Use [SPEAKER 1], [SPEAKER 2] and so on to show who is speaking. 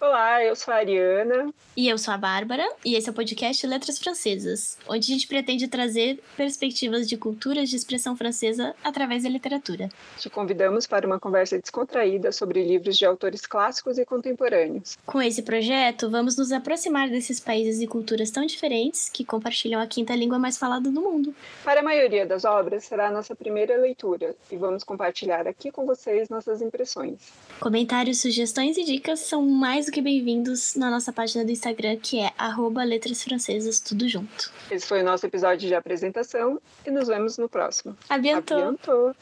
[SPEAKER 1] Olá, eu sou a Ariana.
[SPEAKER 2] E eu sou a Bárbara, e esse é o podcast Letras Francesas, onde a gente pretende trazer perspectivas de culturas de expressão francesa através da literatura.
[SPEAKER 1] Te convidamos para uma conversa descontraída sobre livros de autores clássicos e contemporâneos.
[SPEAKER 2] Com esse projeto, vamos nos aproximar desses países e culturas tão diferentes que compartilham a quinta língua mais falada do mundo.
[SPEAKER 1] Para a maioria das obras, será a nossa primeira leitura, e vamos compartilhar aqui com vocês nossas impressões.
[SPEAKER 2] Comentários, sugestões e dicas são mais do que bem-vindos na nossa página do Instagram, que é letrasfrancesas, tudo junto.
[SPEAKER 1] Esse foi o nosso episódio de apresentação e nos vemos no próximo.
[SPEAKER 2] Abiantou!
[SPEAKER 1] Abiantou.